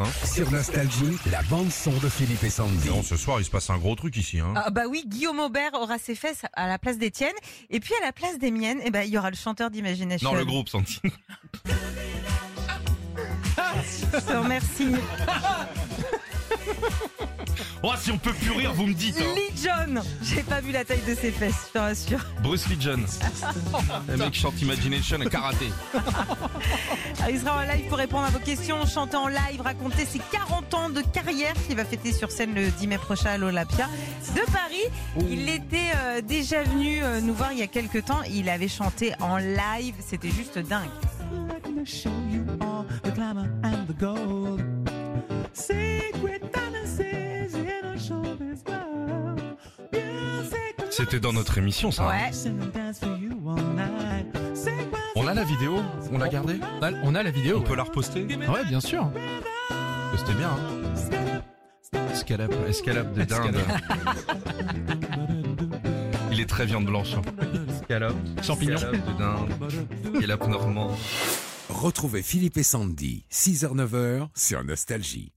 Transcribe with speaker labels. Speaker 1: hein.
Speaker 2: Sur Nostalgie, la bande-son de Philippe et Sandy.
Speaker 1: Non, ce soir, il se passe un gros truc ici. Hein.
Speaker 3: Ah bah oui, Guillaume Aubert aura ses fesses à la place des tiennes. Et puis à la place des miennes, eh ben, il y aura le chanteur d'Imagination.
Speaker 1: non, le groupe, Sandy.
Speaker 3: Je te remercie.
Speaker 1: Oh, si on peut plus rire, vous me dites. hein.
Speaker 3: Lee John J'ai pas vu la taille de ses fesses, je te rassure.
Speaker 1: Bruce Lee John. le mec chante Imagination et karaté.
Speaker 3: Ah, Il sera en live pour répondre à vos questions, chanter en live, raconter ses 40 ans de carrière qu'il va fêter sur scène le 10 mai prochain à l'Olympia de Paris. Il était euh, déjà venu euh, nous voir il y a quelques temps. Il avait chanté en live, c'était juste dingue.
Speaker 4: Let me show you all the glamour and the gold. Secret dances in a showbiz world. Music and
Speaker 1: C'était dans notre émission, ça. hein.
Speaker 3: Ouais.
Speaker 4: lights and dance for you all night. Sequence
Speaker 1: On a la vidéo On l'a gardée
Speaker 5: On a, on a la vidéo.
Speaker 1: On Ah, peut la reposter
Speaker 5: Ouais, bien sûr.
Speaker 1: C'était bien. Hein. Escalope, escalope de dinde. Il est très viande blanche. hein. Escalope.
Speaker 5: Champignons.
Speaker 1: Escalope de dinde. Escalope normand.
Speaker 2: Retrouvez Philippe et Sandy, 6h-9h, sur Nostalgie.